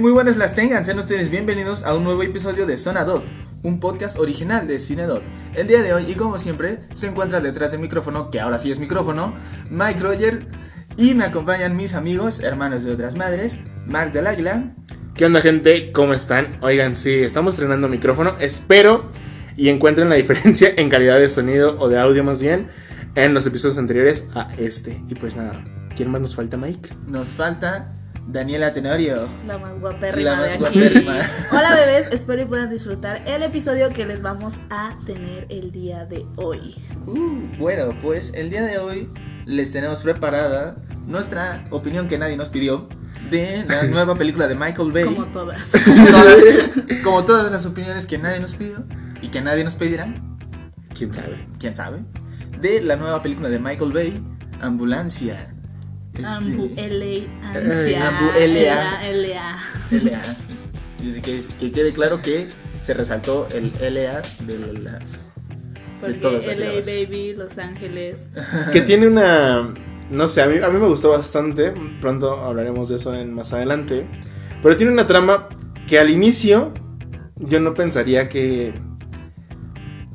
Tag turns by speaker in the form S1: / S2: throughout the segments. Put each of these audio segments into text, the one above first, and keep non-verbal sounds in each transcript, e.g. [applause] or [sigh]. S1: muy buenas las tengan, sean ustedes bienvenidos a un nuevo episodio de Zona Dot, un podcast original de Cine Dot. El día de hoy, y como siempre, se encuentra detrás del micrófono, que ahora sí es micrófono, Mike Rogers, y me acompañan mis amigos, hermanos de otras madres, Mark del Águila,
S2: ¿Qué onda gente? ¿Cómo están? Oigan, sí, estamos estrenando micrófono. Espero y encuentren la diferencia en calidad de sonido o de audio más bien en los episodios anteriores a este. Y pues nada, ¿quién más nos falta, Mike?
S1: nos falta Daniela Tenorio.
S3: La más
S1: La
S3: guapérrima
S1: más
S3: de aquí.
S1: guapérrima.
S3: [laughs] Hola bebés, espero y puedan disfrutar el episodio que les vamos a tener el día de hoy.
S1: Uh, bueno, pues el día de hoy les tenemos preparada nuestra opinión que nadie nos pidió de la nueva película de Michael Bay.
S3: Como todas.
S1: Todas- como todas las opiniones que nadie nos pidió y que nadie nos pedirá,
S2: ¿Quién sabe?
S1: quién sabe, de la nueva película de Michael Bay, Ambulancia. Este, [laughs]
S3: Ambu LA.
S1: Ay,
S3: Ansia.
S1: Ambu LA.
S3: LA.
S1: LA. Y así que, que quede claro que se resaltó el LA de las. todas
S3: Porque
S1: las
S3: LA
S1: sílabas.
S3: Baby, Los Ángeles.
S2: Que tiene una... No sé, a mí, a mí me gustó bastante. Pronto hablaremos de eso en, más adelante. Pero tiene una trama que al inicio yo no pensaría que...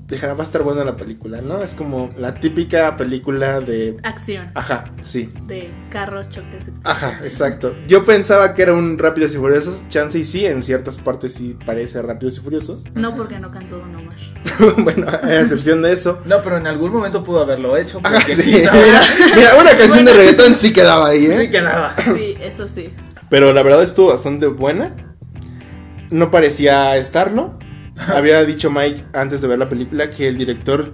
S2: Dejará, va a estar buena la película, ¿no? Es como la típica película de...
S3: Acción.
S2: Ajá, sí.
S3: De carros choques.
S2: Ajá, exacto. Yo pensaba que era un Rápidos y Furiosos. Chance y sí, en ciertas partes sí parece Rápidos y Furiosos. [laughs]
S3: No porque no cantó Don Omar.
S2: bueno, a excepción de eso.
S1: No, pero en algún momento pudo haberlo hecho porque
S2: Ajá,
S1: sí,
S2: Ah, [laughs] sí,
S1: estaba.
S2: mira, mira, una canción de reggaetón sí quedaba ahí, ¿eh?
S1: Sí que nada.
S3: Sí, eso sí.
S2: Pero la verdad estuvo bastante buena. No parecía estarlo. Había dicho Mike antes de ver la película que el director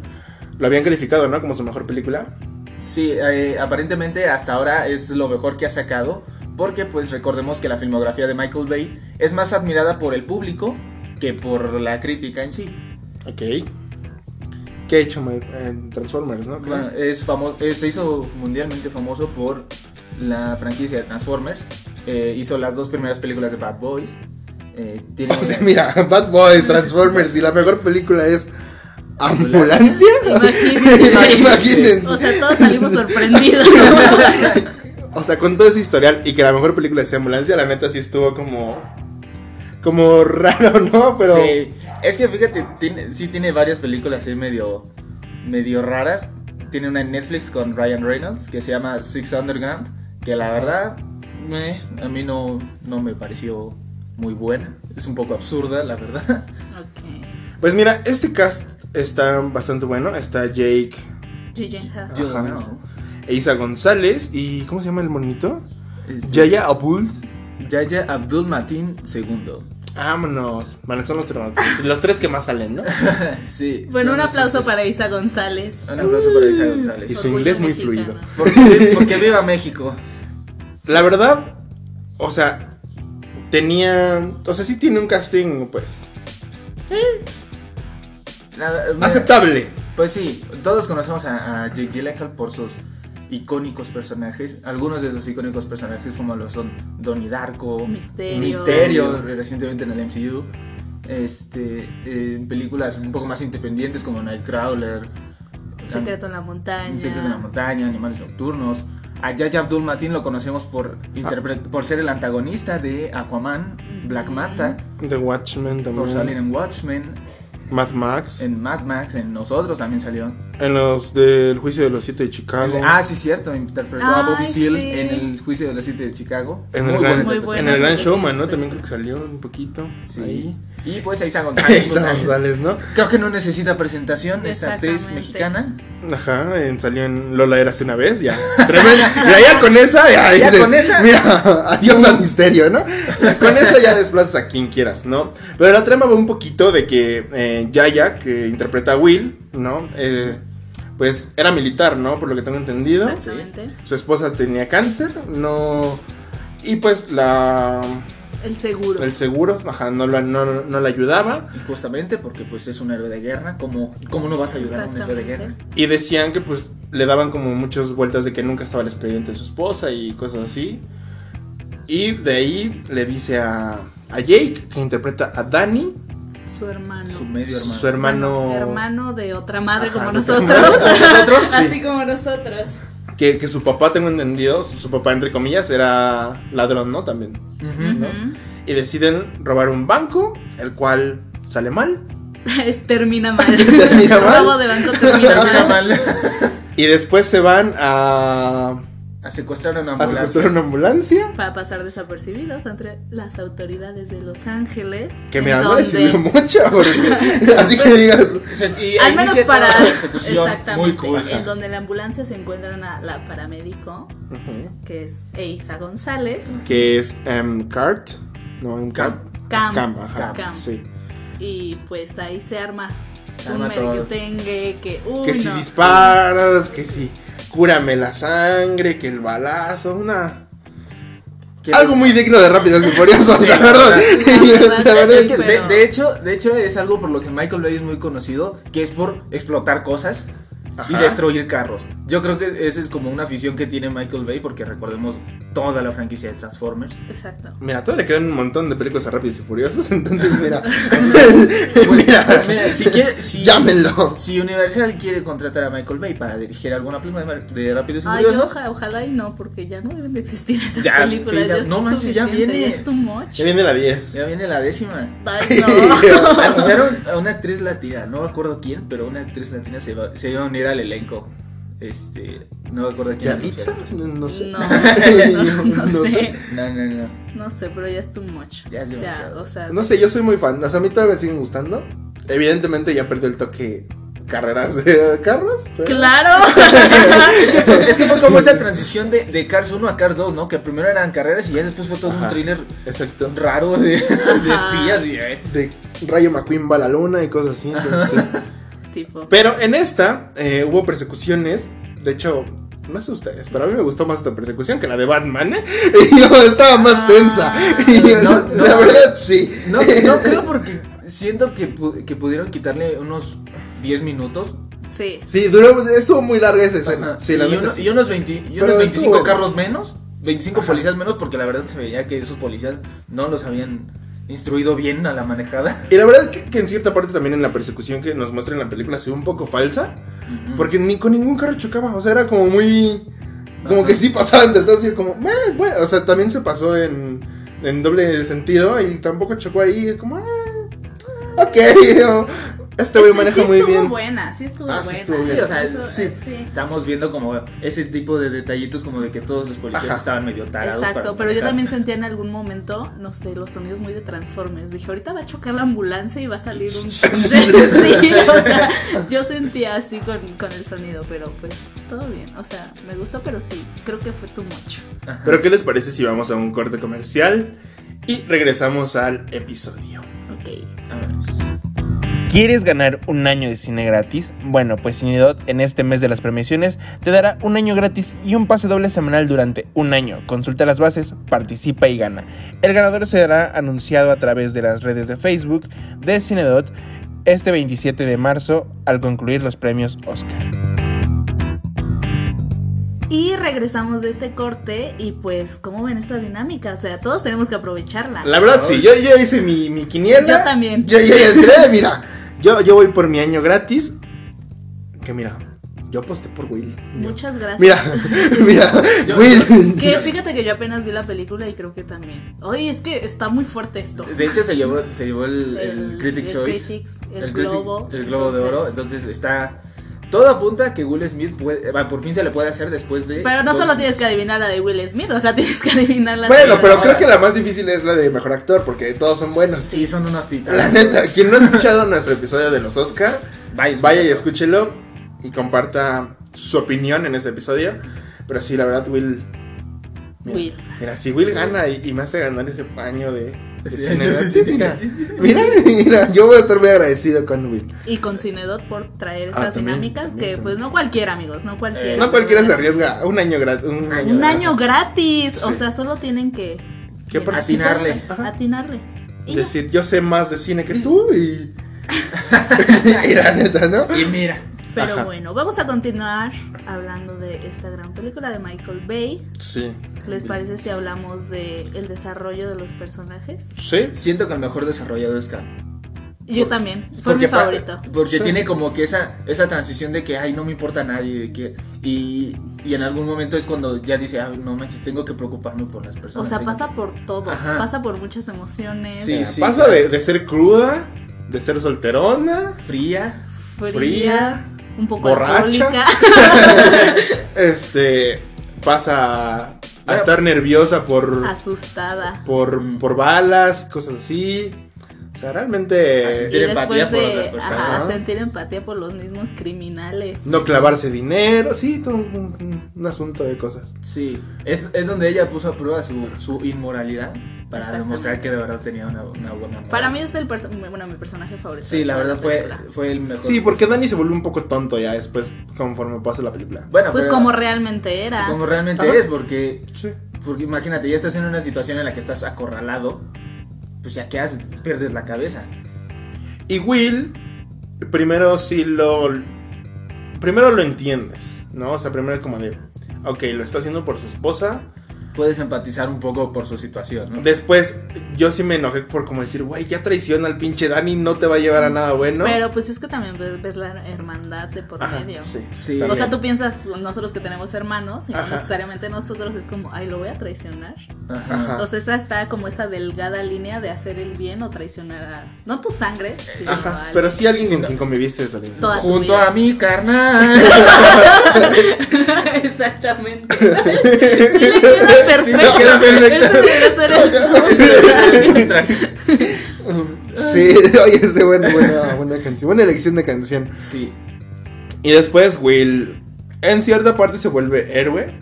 S2: lo habían calificado, ¿no? Como su mejor película.
S1: Sí, eh, aparentemente hasta ahora es lo mejor que ha sacado, porque pues recordemos que la filmografía de Michael Bay es más admirada por el público que por la crítica en sí.
S2: Ok. ¿Qué ha hecho Mike en Transformers, no?
S1: Bueno, es famoso, eh, se hizo mundialmente famoso por la franquicia de Transformers. eh, hizo las dos primeras películas de Bad Boys. eh,
S2: [laughs]
S1: tiene
S2: O sea, mira, Bad Boys, Transformers y la mejor película es Ambulancia. [laughs]
S3: Imagínense.
S2: Imagínense.
S3: O sea, todos
S1: [laughs]
S3: salimos sorprendidos.
S2: O sea, con todo ese historial y que la mejor película sea Ambulancia, la neta sí estuvo como como raro, ¿no? Pero
S1: Sí, es que fíjate, tiene, sí tiene varias películas ahí medio, medio raras. Tiene una en Netflix con Ryan Reynolds que se llama Six Underground, que la verdad meh, a mí no, no me pareció muy buena. Es un poco absurda, la verdad.
S3: ok.
S2: pues mira, este cast está bastante bueno, está Jake
S3: Gyllenhaal.
S1: Yo
S2: Ajá.
S1: no.
S2: e Isa González y ¿cómo se llama el monito?
S1: Es-
S2: Yaya Abul.
S1: Yaya Abdul Matin II.
S2: Vámonos. Bueno, son los, tres- los tres que más salen, ¿no?
S1: Sí, Ah,
S3: Bueno,
S1: son
S3: un
S1: estos
S3: aplauso
S1: tres.
S3: para Isa González.
S1: Un aplauso para Isa
S2: Y
S1: González.
S2: su
S3: Orgullo
S2: inglés muy
S3: mexicano.
S2: fluido.
S1: Porque, porque viva México.
S2: La verdad, o sea, tenía. O sea, sí tiene un casting, pues.
S1: Nada, mira,
S2: Aceptable.
S1: Pues sí, todos conocemos a, a Jake Gyllenhaal por sus icónicos personajes. Algunos de esos icónicos personajes, como lo son Donnie Darko,
S3: Misterio.
S1: Misterio, recientemente en el MCU. Este, eh, en películas un poco más independientes como Nightcrawler,
S3: Secreto en la montaña.
S1: Insectos de la montaña, Animales nocturnos. A Yaya Abdul Matin lo conocemos por, interpre- por ser el antagonista de Aquaman, Black
S3: Ah. Ujú.
S1: Manta,
S2: The Watchmen
S1: por salir
S2: también.
S1: en Watchmen,
S2: Mad Max. En,
S1: en Mad Max, en Nosotros también salió.
S2: los del juicio de los siete de Chicago.
S1: Ah, sí, cierto, interpretó a Bobby
S3: Ay,
S1: Seale
S3: sí.
S1: en el juicio de los siete de Chicago.
S2: en
S1: Muy
S2: el, gran,
S1: buena
S3: Muy
S1: interpretación.
S2: en el Gran
S3: buena.
S2: Showman, ¿no? También creo que salió un poquito.
S1: Sí.
S2: Ahí.
S1: Y pues
S2: [laughs]
S1: a Isa González. pues,
S2: Isa
S1: ahí.
S2: González, ¿no?
S1: Creo que no necesita presentación esta actriz
S3: Exactamente.
S1: mexicana.
S2: Ajá, en- salió en Lola Era hace una
S1: [laughs]
S2: vez, ya. Tremendo. Mira, ya con esa, ya,
S1: Ya
S2: dices,
S1: con esa. Uh.
S2: Mira, [laughs] adiós al
S1: [laughs]
S2: misterio, ¿no? Con esa ya desplazas a quien quieras, ¿no? Pero la trama va un poquito de que eh, Yaya, que interpreta a Will, ¿no? Eh, pues era militar, ¿no? Por lo que tengo entendido.
S3: Exactamente.
S2: Su esposa tenía cáncer, no. Y pues la.
S3: El seguro.
S2: El seguro, ajá, no, la- no, no la ayudaba.
S1: Y justamente porque pues es un héroe de guerra, ¿cómo, cómo no vas a ayudar a un héroe de guerra?
S3: Exactamente.
S2: Y decían que pues le daban como muchas vueltas de que nunca estaba el expediente de su esposa y cosas así. Y de ahí le dice a, a Jake, que interpreta a Danny,
S3: Su hermano.
S1: Su medio hermano.
S2: su hermano,
S3: Bueno, hermano de otra madre
S2: Ajá,
S3: como
S2: de otra
S3: nosotros. [laughs]
S2: nosotros, sí.
S3: Así como nosotros.
S2: que, que su papá, tengo entendido, su, su papá entre comillas era ladrón, ¿no? También.
S3: [laughs]
S1: Ujú.
S3: Ujú.
S2: ¿no? y deciden robar un banco, el cual sale mal.
S3: Es- termina mal.
S2: Termina
S3: El robo
S2: mal.
S3: de banco termina
S1: Termina
S3: mal.
S1: mal.
S2: Y después se van a,
S1: A secuestrar una
S2: a
S1: ambulancia.
S2: secuestrar una ambulancia.
S3: Para pasar desapercibidos entre las autoridades de Los Ángeles.
S2: Que
S3: en
S2: mira, no
S3: donde-
S2: recibió mucha, porque [laughs] así que digas,
S1: Se- y ahí
S3: Al menos
S1: inicia toda
S3: para.
S1: la persecución muy cool.
S3: En donde en la ambulancia se encuentran a la paramédico, que es Eisa González.
S2: que es em, Cart, no, em, Cam,
S1: Cam.
S3: Cam.
S2: Cam, ajá,
S3: Cam.
S2: sí.
S3: Y pues ahí se arma
S1: Se
S3: un
S1: arma todo.
S3: merengue que uno.
S2: Que si disparos, que si cúrame la sangre, que el balazo, una...
S1: Que
S2: Algo
S1: los-
S2: muy digno de Rápidos y Furiosos,
S1: Sí,
S2: [laughs] la
S1: la
S2: verdad.
S3: verdad.
S2: La verdad es que-
S1: De-
S3: Pero-
S1: de, hecho, de hecho es algo por lo que Michael Bay es muy conocido, que es por explotar cosas y
S2: Ajá.
S1: destruir carros. Yo creo que esa es como una afición que tiene Michael Bay porque recordemos toda la franquicia de
S2: [laughs]
S1: Transformers.
S3: Exacto.
S2: Mira, todavía le quedan un montón de películas a Rápidos y Furiosos, [laughs] entonces
S3: [laughs]
S2: mira.
S1: Pues,
S2: mira,
S1: mira, si quiere, si,
S2: llámenlo.
S1: si Universal quiere contratar a Michael Bay para dirigir alguna película de de Rápidos y
S3: Ay,
S1: Furiosos,
S3: oja- ojalá y no, porque ya no deben de existir esas
S1: Ya,
S3: películas.
S1: sí, ya-
S3: ya es
S1: no manches, ya
S3: suficiente,
S1: viene.
S3: ya es too much.
S2: Ya viene la 10.
S1: ya viene la décima. [laughs]
S3: Ay,
S2: [laughs]
S3: no.
S1: Anunciaron a pues una actriz latina, no me acuerdo quién, pero una actriz latina se va- se iba a unir al elenco. Este, no me acuerdo quién.
S2: ¿Yalitza?
S1: anunciaron.
S2: No, no sé.
S3: No,
S2: [laughs]
S3: no, no sé.
S1: No, no, no.
S3: No sé, pero ya es too much.
S1: Ya es demasiado.
S3: o sea,
S2: No sé, yo soy muy fan. O sea, a mí todavía me siguen gustando. Evidentemente ya perdió el toque carreras de [laughs] carros. pero-
S3: Claro.
S1: [laughs] Es que fue como esa transición de, de Cars 1 a Cars 2, ¿no? Que primero eran carreras y ya después fue todo
S2: Ajá.
S1: un thriller
S2: Exacto.
S1: raro de, de espías y eh,
S2: De Rayo McQueen va a la luna y cosas así. entonces, sí.
S3: tipo.
S2: Pero en esta eh, hubo persecuciones. De hecho, no sé ustedes, pero a mí me gustó más esta persecución que la de Batman. ¿eh? [laughs] Y yo estaba más tensa. Y
S1: Ah. No, no.
S2: la verdad, sí.
S1: No, no creo porque siento que, pu- que pudieron quitarle unos 10 minutos.
S3: Sí.
S2: Sí, duró, estuvo muy larga esa escena.
S1: Ajá.
S2: [laughs] Sí, la
S1: y,
S2: neta
S1: uno-
S2: sí.
S1: y unos, 20 y
S2: Pero
S1: unos
S2: estuvo
S1: 25
S2: bueno.
S1: carros menos, 25
S2: Ajá.
S1: policías menos, porque la verdad se veía que esos policías no los habían instruido bien a la manejada.
S2: Y la verdad que, que en cierta parte también en la persecución que nos muestra en la película se ve un poco falsa. Porque ni con ningún carro chocaba. O sea, era como muy. Como
S1: Ajá.
S2: que sí pasaba entre todos. Y era como. "Meh, bueno". O sea, también se pasó en, en doble sentido. Y tampoco chocó ahí. Es como. "Ah, ok. o, este güey
S3: Sí,
S2: maneja
S3: sí
S2: muy
S3: estuvo
S2: bien.
S3: buena, sí estuvo
S2: Ah, sí
S3: buena.
S2: estuvo bien.
S1: Sí, o sea,
S3: Eso-
S2: sí.
S3: sí.
S1: Estamos viendo como ese tipo de detallitos como de que todos los policías
S2: Ajá.
S1: estaban medio tarados. para
S3: Exacto, pero yo
S1: manejar.
S3: también sentía en algún momento, no sé, los sonidos muy de Transformers. Dije, ahorita va a chocar la ambulancia y va a salir
S1: [laughs]
S3: un... [laughs] sí, [laughs] o sea, yo sentía así con, con el sonido, pero pues todo bien. O sea, me gustó, pero sí, creo que fue too much.
S1: Ajá.
S2: Pero, ¿qué les parece si vamos a un corte comercial? Y regresamos al episodio.
S3: Ok.
S1: Vámonos.
S4: ¿Quieres ganar un año de cine gratis? Bueno, pues Cinedot en este mes de las premiaciones te dará un año gratis y un pase doble semanal durante un año. Consulta las bases, participa y gana. El ganador será anunciado a través de las redes de Facebook de Cinedot este 27 de marzo al concluir los premios Oscar.
S3: Y regresamos de este corte y pues, ¿cómo ven esta dinámica? O sea, todos tenemos que aprovecharla.
S2: La verdad, sí, yo ya hice mi, mi quiniela.
S3: Yo también.
S2: Yo ya entré, mira. Yo, yo voy por mi año gratis. Que mira, yo aposté por Will.
S3: Muchas gracias.
S2: Mira, [laughs] mira,
S1: [laughs] Yo-
S2: Will.
S3: [laughs]
S1: [laughs]
S3: Que fíjate que yo apenas vi la película y creo que también. Oye, es que está muy fuerte esto.
S1: De hecho, se llevó, se llevó el, el Critic
S3: el
S1: Choice.
S3: Critics, el,
S1: el, Critic-
S3: Globo.
S1: el Globo de Oro.
S3: entonces-
S1: Entonces está. Todo apunta a que Will Smith puede- eh, va, por fin se le puede hacer después de.
S3: Pero no
S1: dos-
S3: solo tienes que adivinar la de Will Smith, o sea, [laughs] tienes que adivinar la
S2: Bueno,
S3: de-
S2: pero creo que la más difícil es la de mejor actor, porque todos son buenos.
S1: Sí, son unos
S2: La
S1: titanes.
S2: neta, quien no ha escuchado nuestro episodio de los Oscar,
S1: Vaya,
S2: Pues vaya y escúchelo y comparta su opinión en ese episodio. Pero sí, la verdad, Will. Mira,
S3: Will.
S2: mira, si Will gana y, y me hace ganar ese paño de, de
S1: Sí.
S2: cine gratis, mira, mira, mira, yo voy a estar muy agradecido con Will.
S3: Y con Cinedot por traer
S2: Ah,
S3: estas
S2: también,
S3: dinámicas
S2: también,
S3: que,
S2: también.
S3: pues, no cualquiera, amigos, no cualquiera.
S1: Eh,
S2: No cualquiera se arriesga a un año gratis. Un año.
S3: Un
S2: gratis.
S3: año gratis, o
S2: Sí.
S3: sea, solo tienen que
S2: Que participa.
S1: Atinarle.
S2: Ajá.
S3: atinarle. Y ya.
S2: Decir, yo sé más de cine que tú
S3: [laughs]
S2: y. [laughs] y la neta, ¿no?
S1: Y mira.
S3: Pero
S2: Ajá.
S3: bueno, vamos a continuar hablando de esta gran película de Michael Bay.
S2: Sí.
S3: ¿Les parece si hablamos de el desarrollo de los personajes?
S2: Sí.
S1: Siento que el mejor desarrollado es Cam.
S3: Yo también. Fue mi
S1: pa-
S3: favorito.
S1: Porque
S2: Sí.
S1: tiene como que esa, esa transición de que, ay, no me importa a nadie, de que, y, y en algún momento es cuando ya dice, ay, no manches, tengo que preocuparme por las
S3: O
S1: personas.
S3: sea,
S1: tengo
S3: pasa por todo.
S1: Ajá.
S3: Pasa por muchas emociones.
S1: Sí,
S2: Mira,
S1: sí,
S2: pasa
S1: claro.
S2: de, de ser cruda, de ser solterona,
S1: que- Fría.
S3: Fría.
S2: fría,
S3: Un poco
S1: [laughs]
S2: borracha.
S3: alcohólica.
S2: [laughs] este, pasa a- a
S1: Ah.
S2: estar nerviosa por,
S3: asustada.
S2: por, por balas, cosas así. O sea,
S1: Así
S2: realmente
S1: te-
S3: Y
S1: Sentir empatía
S3: después
S1: por otras
S3: de
S1: personas,
S3: ajá,
S2: ¿no?
S3: sentir empatía por los mismos criminales.
S2: no clavarse dinero, sí, todo un, un- un asunto de cosas.
S1: Sí. Es, es donde ella puso a prueba su, su inmoralidad para
S3: Exactamente.
S1: demostrar que de verdad tenía una, una buena moral.
S3: Para mí es el perso- bueno, mi personaje favorito.
S1: Sí,
S3: de
S1: la
S3: toda
S1: verdad fue,
S3: película.
S1: fue el mejor.
S2: Sí, porque Dani se volvió un poco tonto ya después conforme pasa la película.
S1: Bueno,
S3: Pues
S1: pero-
S3: como realmente era.
S1: como realmente
S2: Ajá.
S1: es, porque,
S2: Sí.
S1: porque imagínate, ya estás en una situación en la que estás acorralado, pues ya que haces, pierdes la cabeza.
S2: Y Will, primero sí lo. Primero lo entiendes, ¿no? O sea, primero es como de. Ok, lo está haciendo por su esposa.
S1: Puedes empatizar un poco por su situación, ¿no?
S2: Después, yo sí me enojé por como decir, güey, ya traiciona al pinche Dani, no te va a llevar a nada bueno.
S3: Pero pues es que también ves, ves la hermandad de por
S2: Ajá,
S3: medio.
S2: sí.
S1: Sí.
S3: O sea,
S1: también.
S3: tú piensas, nosotros que tenemos hermanos, y no
S2: Ajá.
S3: necesariamente nosotros es como, ay, lo voy a traicionar.
S1: Ajá.
S2: Ajá.
S3: O sea, esa está como esa delgada línea de hacer el bien o traicionar a. No tu sangre, sino
S2: Ajá,
S3: a
S2: pero
S3: alguien.
S2: sí alguien
S1: Sí,
S2: con
S1: no.
S2: quien conviviste es alguien.
S3: Toda- tu
S1: Junto
S3: vida.
S1: a mi carnal.
S3: [laughs]
S2: [laughs]
S3: Exactamente. sí le queda
S2: Sí,
S3: perfecto.
S2: le queda perfecto.
S3: Ese debería ser el
S2: Sí, [laughs] oye, es de buena, buena, buena canción. Buena elección de canción.
S1: sí.
S2: Y después Will, en cierta parte se vuelve héroe.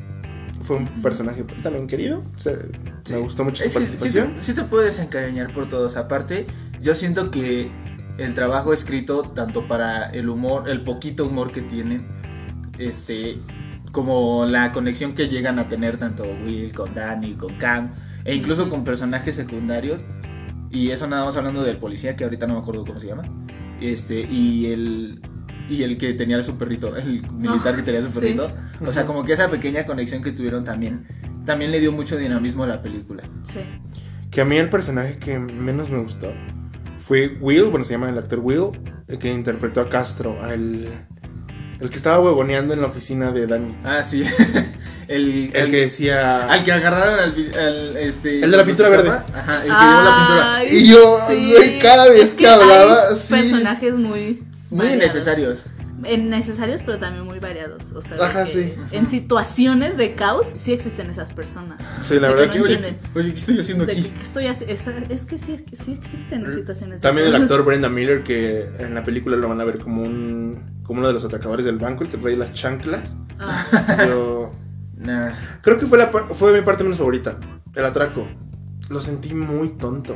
S2: Fue un personaje pues, también querido. Se-
S1: Sí.
S2: Me gustó mucho
S1: Sí,
S2: su
S1: sí,
S2: participación.
S1: te- sí te puedes encariñar por todos. Aparte, yo siento que el trabajo escrito, tanto para el humor, el poquito humor que tienen, este, como la conexión que llegan a tener tanto Will con Danny, con Cam, e incluso
S3: Ujú.
S1: con personajes secundarios. Y eso nada más hablando del policía, que ahorita no me acuerdo cómo se llama. Este, y el. Y el que tenía su perrito, [laughs] el militar que tenía su
S3: Ah, sí.
S1: perrito. O sea, como que esa pequeña conexión que tuvieron también. También le dio mucho dinamismo a la película.
S3: Sí.
S2: Que a mí el personaje que menos me gustó fue Will, bueno, se llama el actor Will, el que interpretó a Castro, al- el que estaba huevoneando en la oficina de Dani.
S1: Ah, sí. [laughs] el,
S2: El que decía...
S1: Al que agarraron al, vi- al, este.
S2: El de la pintura
S1: ¿cómo se
S2: verde.
S1: llama? Ajá, el que llevó la pintura.
S3: Ay,
S2: Y yo, güey, cada vez que
S3: hay
S2: hablaba, sí.
S3: Personajes muy.
S1: Muy
S3: variados.
S1: innecesarios.
S3: Eh, Necesarios, pero también muy variados. O sea, de
S2: Ajá,
S3: que
S2: sí.
S3: En situaciones de caos, sí existen esas personas.
S2: Sí, la
S3: de que
S2: verdad
S3: no
S2: que sí.
S3: entienden.
S1: Oye, ¿qué estoy haciendo
S3: De
S1: aquí?
S3: que, que estoy haci- esa- es que sí, sí existen situaciones. de
S2: También el
S3: caos.
S2: actor Brenda Miller, que en la película lo van a ver como un como uno de los atacadores del banco, el que trae las chanclas.
S3: Ah,
S2: Yo
S1: Nah.
S2: creo que fue, la, par- fue mi parte menos favorita, el atraco. Lo sentí muy tonto.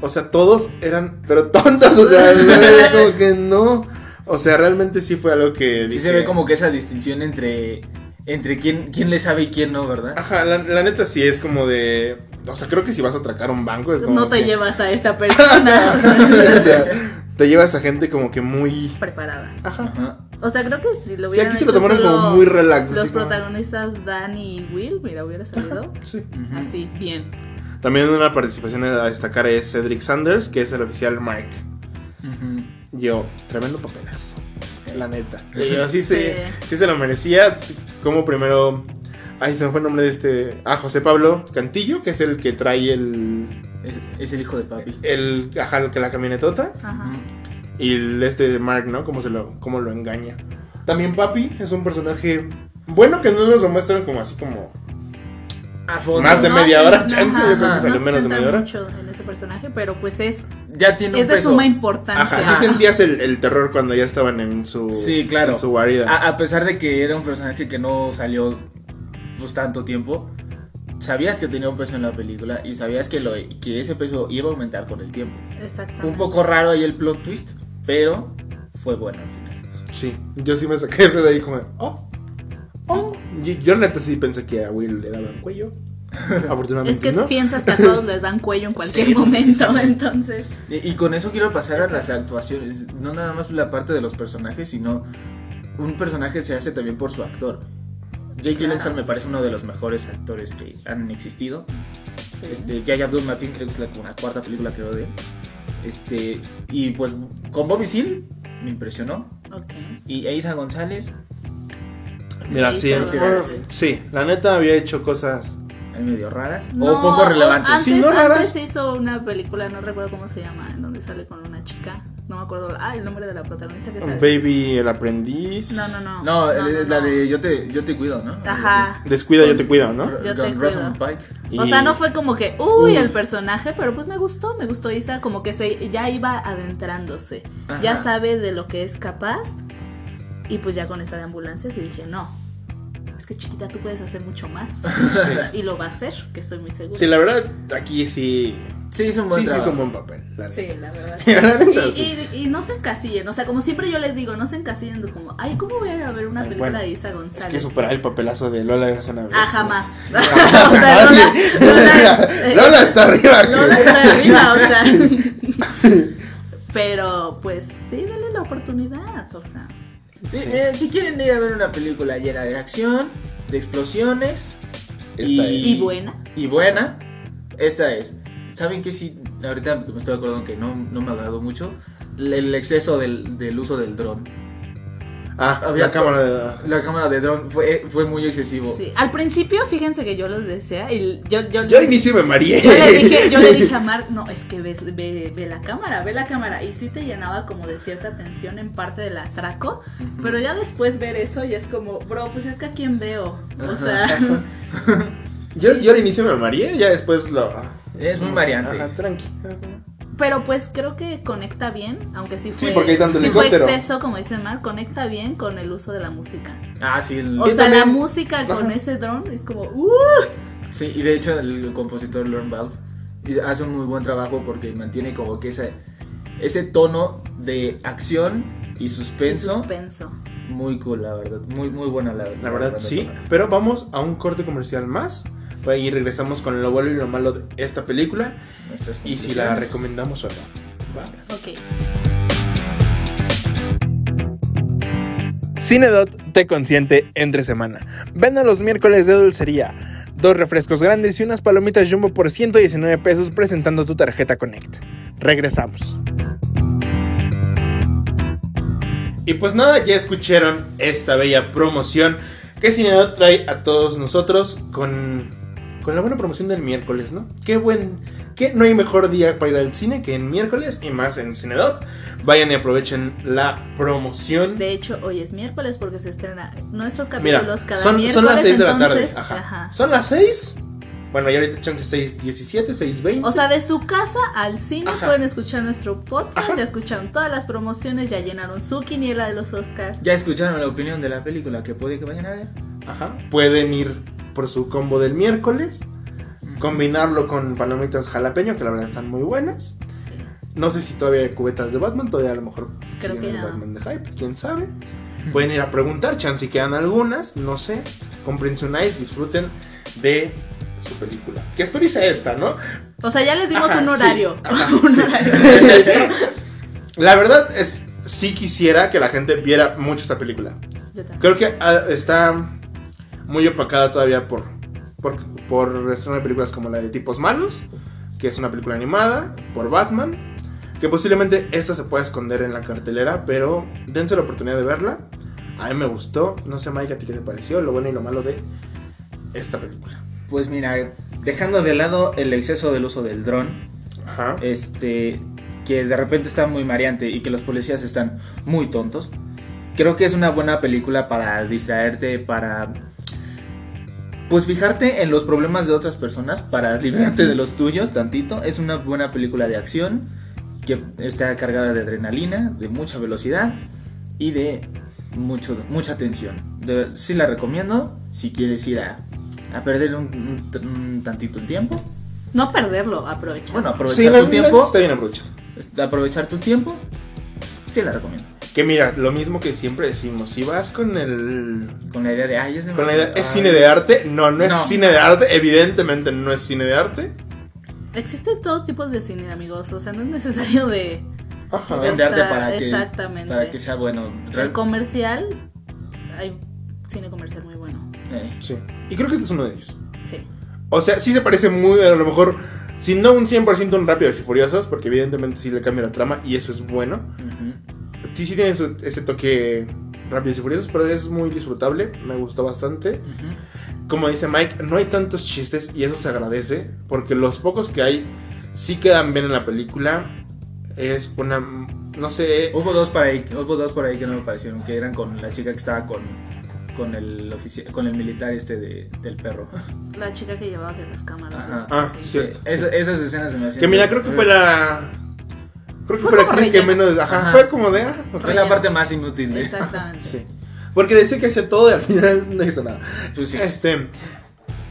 S2: O sea, todos eran, pero tontos, o
S3: [laughs]
S2: sea, no era como que no. O sea, realmente sí fue algo que...
S1: Sí
S2: dije-
S1: se ve como que esa distinción entre. Entre quién, quién le sabe y quién no, ¿verdad?
S2: Ajá, la, la neta sí es como de... O sea, creo que si vas a atracar un banco es como...
S3: no te
S2: que-
S3: llevas a
S2: [laughs]
S3: esta persona
S2: Sí, o sea, te llevas a gente como que muy...
S3: preparada.
S2: Ajá.
S1: Ajá.
S3: O sea, creo que si lo
S2: Sí,
S3: hubieran
S2: aquí se lo
S3: hecho
S2: tomaron
S3: solo
S2: como muy relax.
S3: los
S2: así como-
S3: protagonistas Dan y Will, mira, hubiera salido
S2: [laughs] Sí.
S1: Ujú.
S3: así, bien.
S2: También una participación a destacar es Cedric Sanders, que es el oficial Mark.
S1: Ujú.
S2: Yo, tremendo papelazo. La neta. Yo sí,
S3: Sí.
S2: Se, sí se lo merecía. Como primero. Ay, se me fue el nombre de este. Ah, José Pablo Cantillo, que es el que trae el.
S1: Es, es el hijo de papi.
S2: el ajá, el que la camionetota.
S3: Ajá.
S1: Ujú.
S2: Y el este de Mark, ¿no? Cómo, se lo, cómo lo engaña. También Papi es un personaje bueno que no nos lo muestran como así como.
S1: A fondo.
S2: Más de
S1: ¿no?
S2: media
S3: sí,
S2: hora, chance, yo creo
S1: que salió
S3: no
S2: menos
S3: se
S2: de
S3: centra
S2: media hora.
S3: mucho en ese personaje, pero pues es,
S1: Ya tiene
S3: es
S1: un
S3: de
S1: peso.
S3: suma importancia.
S2: Ajá, sí sentías el, el terror cuando ya estaban en su.
S1: Sí, claro.
S2: En su guarida.
S1: A, a pesar de que era un personaje que no salió pues tanto tiempo, sabías que tenía un peso en la película y sabías que, lo, que ese peso iba a aumentar con el tiempo.
S3: Exactamente.
S1: Fue un poco raro ahí el plot twist, pero fue bueno al final.
S2: Sí, yo sí me saqué de ahí como, oh, oh. Yo, yo neta sí pensé que a Will le daban [laughs] cuello. Afortunadamente
S3: Es que
S2: no.
S3: piensas que a todos les dan
S2: [laughs]
S3: cuello en cualquier
S1: Sí,
S3: momento, [laughs]
S1: exactamente.
S3: entonces.
S1: Y, y con eso quiero pasar a las actuaciones, no nada más la parte de los personajes, sino un personaje se hace también por su actor. Jake
S3: Claro.
S1: Gyllenhaal me parece uno de los mejores actores que han existido.
S3: sí.
S1: Este, Jay Abdul Matin creo que es la, como la cuarta película que veo de él. Este, y pues con Bobby Seal me impresionó.
S3: Ok.
S1: Y Eiza González,
S2: Mira,
S3: Sí,
S2: sí,
S3: sí,
S2: bueno,
S3: sí.
S2: sí, la neta había hecho cosas.
S1: ahí medio raras.
S3: No,
S1: o poco relevantes.
S3: Antes,
S2: Sí, no,
S3: antes
S2: raras.
S3: se hizo una película, no recuerdo cómo se llama, en donde sale con una chica. No me acuerdo. Ah, el nombre de la protagonista que sale.
S2: Baby, el aprendiz.
S3: No, no, no.
S1: No, es la
S3: no.
S1: de yo te, yo te cuido, ¿no?
S3: Ajá.
S2: Descuida, yo te cuido, ¿no?
S1: Con,
S3: Yo te
S1: con
S3: cuido.
S1: Rosamund Pike.
S3: O
S2: Y-
S3: sea, no fue como que, uy,
S2: Mm.
S3: el personaje, pero pues me gustó, me gustó Isa, como que se ya iba adentrándose, ya
S1: Ajá.
S3: sabe de lo que es capaz, y pues ya con esa de ambulancias y dije, no, es que chiquita, tú puedes hacer
S1: [laughs]
S3: mucho más, y lo va a hacer, que estoy muy segura.
S2: Sí, la verdad, aquí sí.
S1: Sí, hizo un buen
S2: Sí, sí, es
S1: trabajo.
S2: un buen papel. La
S3: Sí,
S2: neta. [laughs]
S3: la verdad.
S2: La neta,
S3: Y,
S2: sí.
S3: y- y no se encasillen, o sea, como siempre yo les digo, no se encasillen de como, ay, ¿cómo voy a ir a ver una
S2: Ay,
S3: película
S2: bueno,
S3: de Isa
S2: Es
S3: González?
S2: que superar el papelazo de Lola era una vez.
S3: Ah, jamás.
S2: es-
S3: [laughs] o sea, Lola,
S2: [laughs]
S3: Lola, eh,
S2: Lola está arriba.
S3: No la está arriba, o sea.
S2: [laughs]
S3: Pero pues sí, dale la oportunidad, o sea.
S1: Sí, miren, si quieren ir a ver una película llena de acción, de explosiones
S2: Esta es.
S3: Y buena.
S1: y buena, esta es. ¿Saben qué? Sí, ahorita me estoy acordando que no, no me agradó mucho el- el exceso del, del uso del dron.
S2: Ah,
S1: Había-
S2: la cámara de.
S1: La cámara de dron fue, fue muy excesivo.
S3: Sí. Al principio, fíjense que yo los decía y yo, yo,
S2: Yo al inicio me mareé.
S3: yo le dije,
S2: [laughs]
S3: yo le dije a Mar, no, es que ves- ve, ve la cámara, ve la cámara. Y sí te llenaba como de cierta tensión en parte del atraco.
S1: Ujú.
S3: Pero ya después ver eso y es como, bro, pues es que a quién veo. O
S1: Ajá.
S3: sea,
S2: [laughs] Yo, yo al inicio me mareé, ya después lo.
S1: [laughs]
S2: ah,
S1: Es muy variante.
S2: Ajá, tranqui. Ajá.
S3: pero pues creo que conecta bien, aunque sí fue,
S2: porque hay tanto
S3: sí fue
S2: helicóptero.
S3: exceso, como dice Mar, conecta bien con el uso de la música.
S1: Ah, sí, el-
S3: O
S2: Mm. Yo
S3: sea, la
S2: también-
S3: música con
S2: Ajá.
S3: ese dron es como, ¡uh!
S1: sí, y de hecho el compositor Learn Valve y hace un muy buen trabajo porque mantiene como que ese, ese tono de acción y suspenso,
S3: Suspenso.
S1: muy cool, la verdad. Muy, muy buena la,
S2: La verdad,
S1: banda
S2: sí.
S1: sonora.
S2: Pero vamos a un corte comercial más. Y regresamos con lo bueno y lo malo de esta película.
S1: Nuestras
S2: Y si la
S1: conclusiones.
S2: recomendamos o no. Va.
S3: Ok.
S4: Cinedot te consiente entre semana. Ven a los miércoles de dulcería. Dos refrescos grandes y unas palomitas jumbo por 119 pesos presentando tu tarjeta Connect. Regresamos.
S2: Y pues nada, ya escucharon esta bella promoción que Cinedot trae a todos nosotros con, con la buena promoción del miércoles, ¿no? Qué buen, que no hay mejor día para ir al cine que en miércoles y más en Cinedot. Vayan y aprovechen la promoción.
S3: De hecho, hoy es miércoles porque se estrena nuestros
S2: Mira,
S3: capítulos cada
S2: son,
S3: miércoles.
S2: son las 6 de la tarde.
S3: entonces,
S2: Ajá.
S3: ajá.
S2: Son las 6. Bueno, y ahorita chance 6.17, 6.20.
S3: O sea, de su casa al cine
S2: Ajá.
S3: pueden escuchar nuestro podcast, ya escucharon todas las promociones, ya llenaron su quiniela de los Oscars.
S1: Ya escucharon la opinión de la película que puede que vayan a ver.
S2: Ajá. Pueden ir por su combo del miércoles. Combinarlo con palomitas jalapeño, que la verdad están muy buenas. No sé si todavía hay cubetas de Batman, todavía a lo mejor
S3: Creo
S2: siguen
S3: que
S2: el
S3: no.
S2: Batman de Hype, quién sabe. Pueden ir a preguntar, chance y quedan algunas, no sé. Comprense un ice, disfruten de su película. Que espero y sea esta, ¿no?
S3: O sea, ya les dimos
S2: Ajá,
S3: un
S2: sí.
S3: horario.
S2: Ajá,
S3: [laughs] un
S2: sí.
S3: horario.
S2: [laughs] La verdad es, sí quisiera que la gente viera mucho esta película.
S3: Yo también.
S2: Creo que ah, está muy opacada todavía por, por, por estreno de películas como la de Tipos Malos, que es una película animada, por Batman, que posiblemente esta se pueda esconder en la cartelera, pero dense la oportunidad de verla. A mí me gustó, no sé Mike, a ti qué te pareció, lo bueno y lo malo de esta película.
S1: Pues mira, dejando de lado el exceso del uso del dron,
S2: Ajá.
S1: este, que de repente está muy mareante y que los policías están muy tontos. Creo que es una buena película para distraerte, para pues fijarte en los problemas de otras personas, para librarte de los tuyos tantito. Es una buena película de acción que está cargada de adrenalina, de mucha velocidad y de mucho, mucha tensión. De- sí la recomiendo si quieres ir a, a perder un, un- un tantito el tiempo.
S3: No perderlo, aprovechar.
S1: Bueno, aprovechar
S2: Sí, la-
S1: tu
S2: la-
S1: tiempo
S2: Está bien aprovechado.
S1: de Este, aprovechar tu tiempo, sí la recomiendo.
S2: Que mira, lo mismo que siempre decimos, si vas con el...
S1: Con la idea de, ay, es, de-
S2: Con la idea, ¿es
S1: ay,
S2: cine de arte? No, no es
S1: No.
S2: cine de arte, evidentemente no es cine de arte.
S3: Existen todos tipos de cine, amigos. O sea, no es necesario de
S2: Ajá.
S1: de arte
S3: Está-
S1: para que,
S3: exactamente.
S1: para que sea bueno. Real-
S3: el comercial. Hay cine comercial muy bueno.
S1: eh,
S2: Sí. Y creo que este es uno de ellos.
S3: Sí.
S2: O sea, sí se parece muy, a lo mejor Si no un 100% un Rápidos y Furiosos, porque evidentemente sí le cambia la trama y eso es bueno.
S1: Ujú.
S2: Sí, sí tiene su- ese toque Rápidos y Furiosos, pero es muy disfrutable, me gustó bastante.
S1: Ujú.
S2: Como dice Mike, no hay tantos chistes y eso se agradece, porque los pocos que hay sí quedan bien en la película. Es una... no sé...
S1: Hubo dos por ahí, hubo dos por ahí que no me parecieron, que eran con la chica que estaba con, con el ofici- con el militar este de- del perro.
S3: La chica que llevaba que las cámaras.
S1: Ajá.
S3: las-
S2: Ah,
S3: sí.
S2: [laughs] cierto.
S1: [laughs] Esa- esas escenas se me hacían.
S2: Que mira, creo que fue la... Creo que
S3: Fue
S2: fue la
S3: como
S2: actriz que
S3: relleno.
S2: menos... Ajá,
S1: Ajá.
S2: fue como de... ah, ok.
S1: Fue la parte más inútil. de-
S3: Exactamente.
S2: Sí. Porque decía que hacía todo y al final [laughs] no hizo nada.
S1: Pues sí.
S2: Este.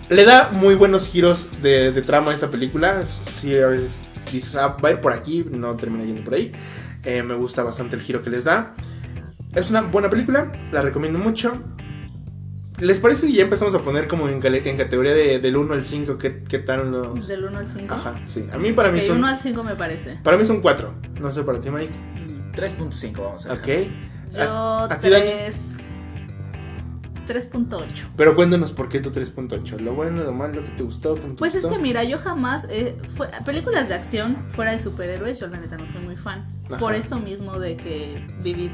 S2: Le da muy buenos giros de, de trama a esta película. Sí, a veces dices, ah, va a ir por aquí, no termina yendo por ahí. Eh, me gusta bastante el giro que les da. Es una buena película, la recomiendo mucho. ¿Les parece si ya empezamos a poner como en, cale- en categoría de- del 1 al 5 qué, qué tal los...
S3: Del 1 al 5.
S2: Ajá, sí. A mí para mí
S3: Que
S2: son...
S3: 1 al 5 me parece.
S2: Para mí son 4. No sé para ti, Mike.
S3: Mm.
S1: 3.5 vamos a ver.
S2: Ok.
S3: Yo
S2: Ah, a ti, Dani?
S3: 3. 3.8.
S2: Pero cuéntanos por qué tu 3.8. Lo bueno, lo malo, que te gustó. que no te
S3: Pues es
S2: gustó.
S3: que mira, yo jamás eh, fue- películas de acción fuera de superhéroes, yo la neta no soy muy fan.
S2: Ajá.
S3: Por eso mismo de que viví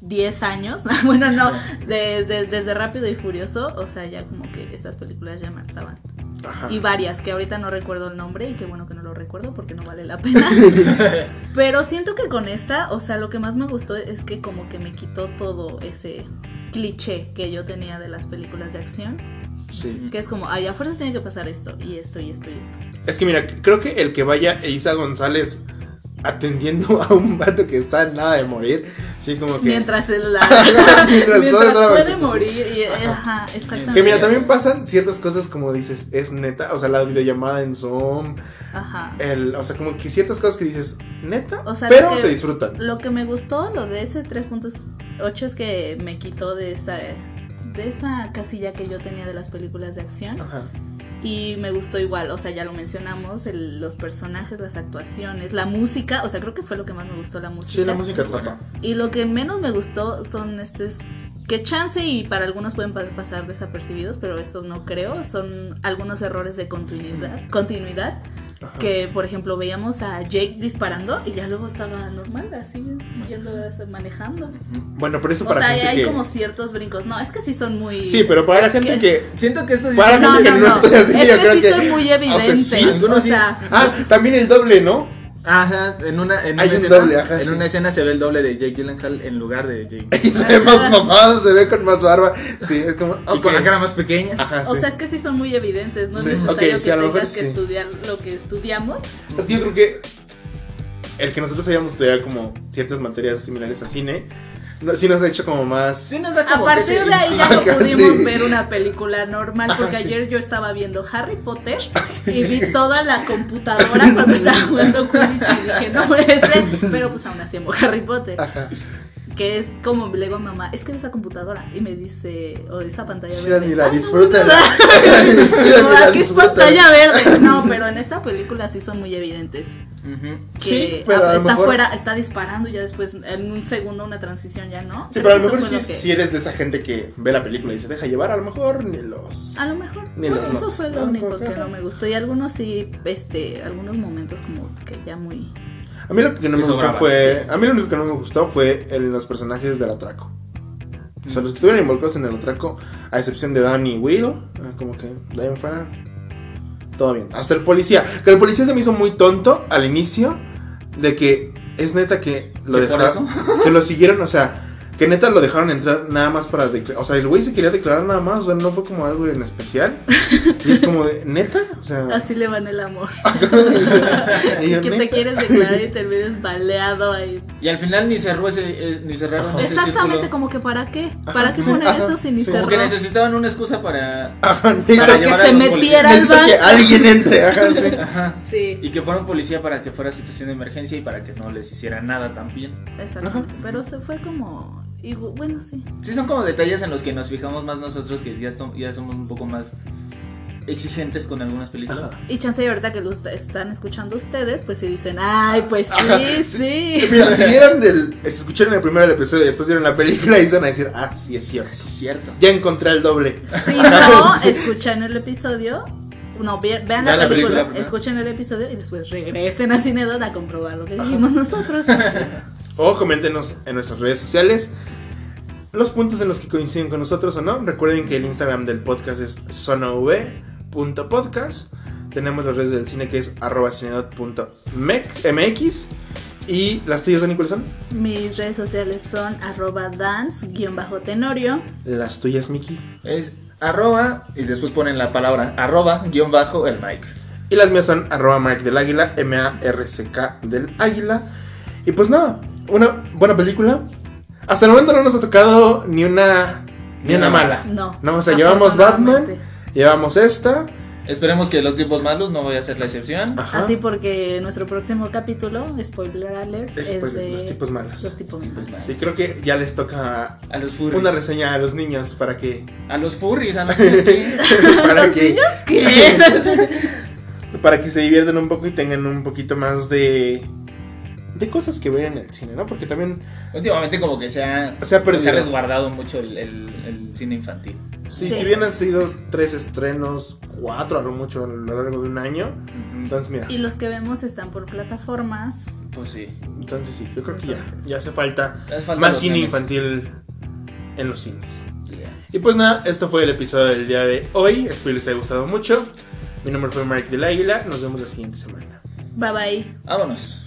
S3: 10 años, [laughs] bueno, no, de- de- desde Rápido y Furioso, o sea, ya como que estas películas ya me hartaban.
S2: Ajá.
S3: Y varias, que ahorita no recuerdo el nombre y qué bueno que no lo recuerdo porque no vale la pena. Pero siento que con esta, o sea, lo que más me gustó es que como que me quitó todo ese cliché que yo tenía de las películas de acción,
S2: Sí.
S3: que es como, ay, a fuerzas tiene que pasar esto y esto y esto y esto.
S2: Es que mira, creo que el que vaya Isa González atendiendo [laughs] a un vato que está nada de morir, sí como que
S3: Mientras el- la,
S2: [laughs] Mientras
S3: [laughs] mientras,
S2: todo estaba
S3: puede
S2: presente,
S3: morir. y- ajá, exactamente.
S2: que mira, también pasan ciertas cosas como dices, es neta, o sea, la videollamada en Zoom,
S3: Ajá.
S2: el, o sea, como que ciertas cosas que dices, neta,
S3: O sea,
S2: pero
S3: lo que-
S2: se disfrutan.
S3: Lo que me gustó, lo de ese 3.8 es que me quitó de esa de esa casilla que yo tenía de las películas de acción
S2: Ajá.
S3: y me gustó igual, o sea, ya lo mencionamos, el- los personajes, las actuaciones, la música, o sea, creo que fue lo que más me gustó la música.
S2: Sí, la música atrapa.
S3: Y lo que menos me gustó son estos que chance y para algunos pueden pa- pasar desapercibidos, pero estos no creo, son algunos errores de continuidad, continuidad
S2: Ajá.
S3: que por ejemplo veíamos a Jake disparando y ya luego estaba normal así yendo este, manejando.
S1: Ujú.
S2: Bueno, pero eso
S3: O
S2: para
S3: sea,
S2: gente
S3: hay
S2: que
S3: como ciertos brincos. No, es que sí son muy
S2: Sí, pero para la gente
S3: que- [laughs]
S2: que
S1: Siento que esto
S2: Para
S3: No,
S2: gente
S3: no,
S2: que no
S3: no.
S2: estoy así, yo
S3: es que
S2: creo
S3: sí
S2: que- Ah,
S3: son muy evidentes.
S2: o sea, sí,
S1: algunos
S3: o
S1: sí.
S3: sea,
S2: Ah, también el doble, ¿no?
S1: Ajá, en una, en
S2: Hay
S1: una
S2: un
S1: escena,
S2: doble, ajá,
S1: en
S2: sí.
S1: una escena se ve el doble de Jake Gyllenhaal en lugar de Jake.
S2: Y se ve más mamado, se ve con más barba. Sí, es como.
S1: Y con la
S2: [laughs] ok.
S1: cara más pequeña.
S2: Ajá,
S3: O
S2: Ah, sí.
S3: sea, es que sí son muy evidentes, no
S2: Sí.
S3: es necesario
S2: Ok, sí,
S3: que
S2: a lo mejor
S3: tengas
S2: sí.
S3: que estudiar lo que estudiamos.
S2: Es que yo creo que el que nosotros hayamos estudiado como ciertas materias similares a cine, no- sí nos ha hecho como más.
S1: Sí nos da
S3: A
S1: como que
S3: partir
S1: se
S3: de ahí ya no
S2: Ajá, [laughs]
S3: pudimos
S2: sí.
S3: ver una película normal
S2: Ajá,
S3: porque
S2: sí. Ah,
S3: ayer yo estaba viendo Harry Potter y vi toda la computadora
S2: [laughs]
S3: cuando estaba jugando Quidditch y dije, no puede ser, pero pues aún así amo Harry Potter.
S2: Ajá.
S3: Que es como le digo a mamá, es que ve esa computadora y me dice, o esa pantalla
S2: Sí,
S3: verde.
S2: Daniela,
S3: "Ah, no,
S2: disfrútala".
S3: [laughs] ¿verdad?".
S2: [laughs] Sí,
S3: No,
S2: Daniela,
S3: aquí es
S2: disfrútala. [laughs]
S3: pantalla verde. No, pero en esta película sí son muy evidentes
S1: Ujú.
S3: que
S2: Sí, pero a
S3: ah,
S2: lo
S3: está
S2: mejor-
S3: fuera, está disparando y ya después en un segundo una transición ya no.
S2: Sí,
S3: Creo
S2: pero a
S3: que
S2: lo
S3: eso
S2: mejor
S3: fue
S2: sí,
S3: lo que-
S2: si eres de esa gente que ve la película y se deja llevar, a lo mejor ni los.
S3: A lo mejor.
S2: Ni
S3: no,
S2: los
S3: eso
S2: notas.
S3: fue
S2: Ah,
S3: lo único
S2: ok.
S3: que no me gustó. Y algunos sí, este, algunos momentos como que ya muy.
S2: A mí lo que no me
S1: Eso
S2: gustó
S1: brava,
S2: fue. A mí lo único que no me gustó fue en los personajes del atraco. O sea, los que estuvieron involucrados en el atraco, a excepción de Danny y Will, ah, como que de ahí en fuera, todo bien. Hasta el policía, que el policía se me hizo muy tonto al inicio, de que es neta que lo
S1: ¿Que por
S2: dejaron, [laughs] se lo siguieron, o sea, que neta lo dejaron entrar nada más para declarar, o sea, el güey se quería declarar nada más, o sea, no fue como algo en especial, y es como de, neta, o sea,
S3: [laughs] Así le van el amor.
S2: y yo,
S3: [laughs] que
S2: Ah.
S3: te
S2: "Neta". [laughs]
S3: quieres declarar y termines baleado ahí.
S1: Y al final ni cerró ese, eh, ni cerraron ese
S3: Exactamente,
S1: círculo.
S3: como que para qué. ¿Para qué
S2: sí,
S3: poner
S2: ajá,
S3: eso si ni
S2: sí.
S3: cerró?
S1: Como que necesitaban una excusa para,
S2: Ajá,
S1: para
S3: Para que
S1: llevar a
S3: se
S1: los
S3: metiera al
S2: necesito que
S3: banco.
S2: alguien entre, ajá, sí.
S3: [laughs]
S1: Ajá.
S3: Sí,
S1: Y que fuera un policía para que fuera situación de emergencia y para que no les hiciera nada también.
S3: exactamente. Pero se fue como. Y bu- bueno, sí.
S1: Sí, son como detalles en los que nos fijamos más nosotros que ya, estom- ya somos un poco más exigentes con algunas películas.
S2: Ajá.
S3: Y chance y ahorita que lo est- están escuchando ustedes, pues sí dicen, ay, pues sí, sí.
S2: Mira, si vieron el, si escucharon el primer episodio y después vieron la película, [laughs] y se van a decir, ah, sí es cierto.
S1: Sí, es cierto.
S2: Ya encontré el doble.
S3: Si no, escuchan el episodio No, ve- vean
S1: Vean
S3: la,
S1: la película
S3: película,
S1: primero.
S3: escuchen el episodio y después regresen a Cinedot a comprobar lo que dijimos nosotros.
S2: O coméntenos en nuestras redes sociales los puntos en los que coinciden con nosotros o no. Recuerden que el Instagram del podcast es zonav.podcast. Tenemos las redes del cine que es arroba cinedot.mx. Y las tuyas, Dani, ¿cuáles son?
S3: Mis redes sociales son arroba dance-tenorio.
S2: Las tuyas, Miki.
S1: Es arroba y después ponen la palabra arroba guión bajo el mic.
S2: Y las mías son arroba Mark del Águila, M-A-R-C-K del Águila. Y pues nada, una buena película. Hasta el momento no nos ha tocado ni una, ni una mala.
S3: No.
S2: No, o sea, llevamos
S3: afortunadamente.
S2: Batman. Llevamos esta.
S1: Esperemos que los tiempos malos no voy a ser la excepción.
S2: Ajá.
S3: Así porque nuestro próximo capítulo, spoiler alert, es,
S2: Spoiler,
S3: de
S2: pues, los tipos malos.
S3: Los tipos
S1: Los tipos
S3: malos.
S2: Sí, creo que ya les toca
S1: A los furries.
S2: una reseña a los niños para que.
S3: [laughs]
S1: a los furries, a
S2: [laughs]
S1: los que
S2: para, que
S3: ¿Qué?
S2: para que se diviertan un poco y tengan un poquito más de. de cosas que ver en el cine, ¿no? Porque también.
S1: [laughs] Últimamente como que se ha,
S2: Se ha perdido.
S1: se ha resguardado mucho el, el- el cine infantil.
S2: sí,
S3: Sí.
S2: si bien han sido tres estrenos, cuatro a lo mucho a lo largo de un año.
S1: Ujú.
S2: Entonces, mira.
S3: [laughs] Y los que vemos están por plataformas.
S1: Pues sí.
S2: Entonces, sí, yo creo que ya,
S3: Entonces.
S2: ya hace falta
S1: Les faltan
S2: más
S1: los
S2: cine
S1: memes.
S2: infantil en los cines.
S1: Yeah.
S2: Y pues nada, esto fue el episodio del día de hoy. Espero les haya gustado mucho. Mi nombre fue Mark del Águila. Nos vemos la siguiente semana.
S3: Bye bye.
S1: Vámonos.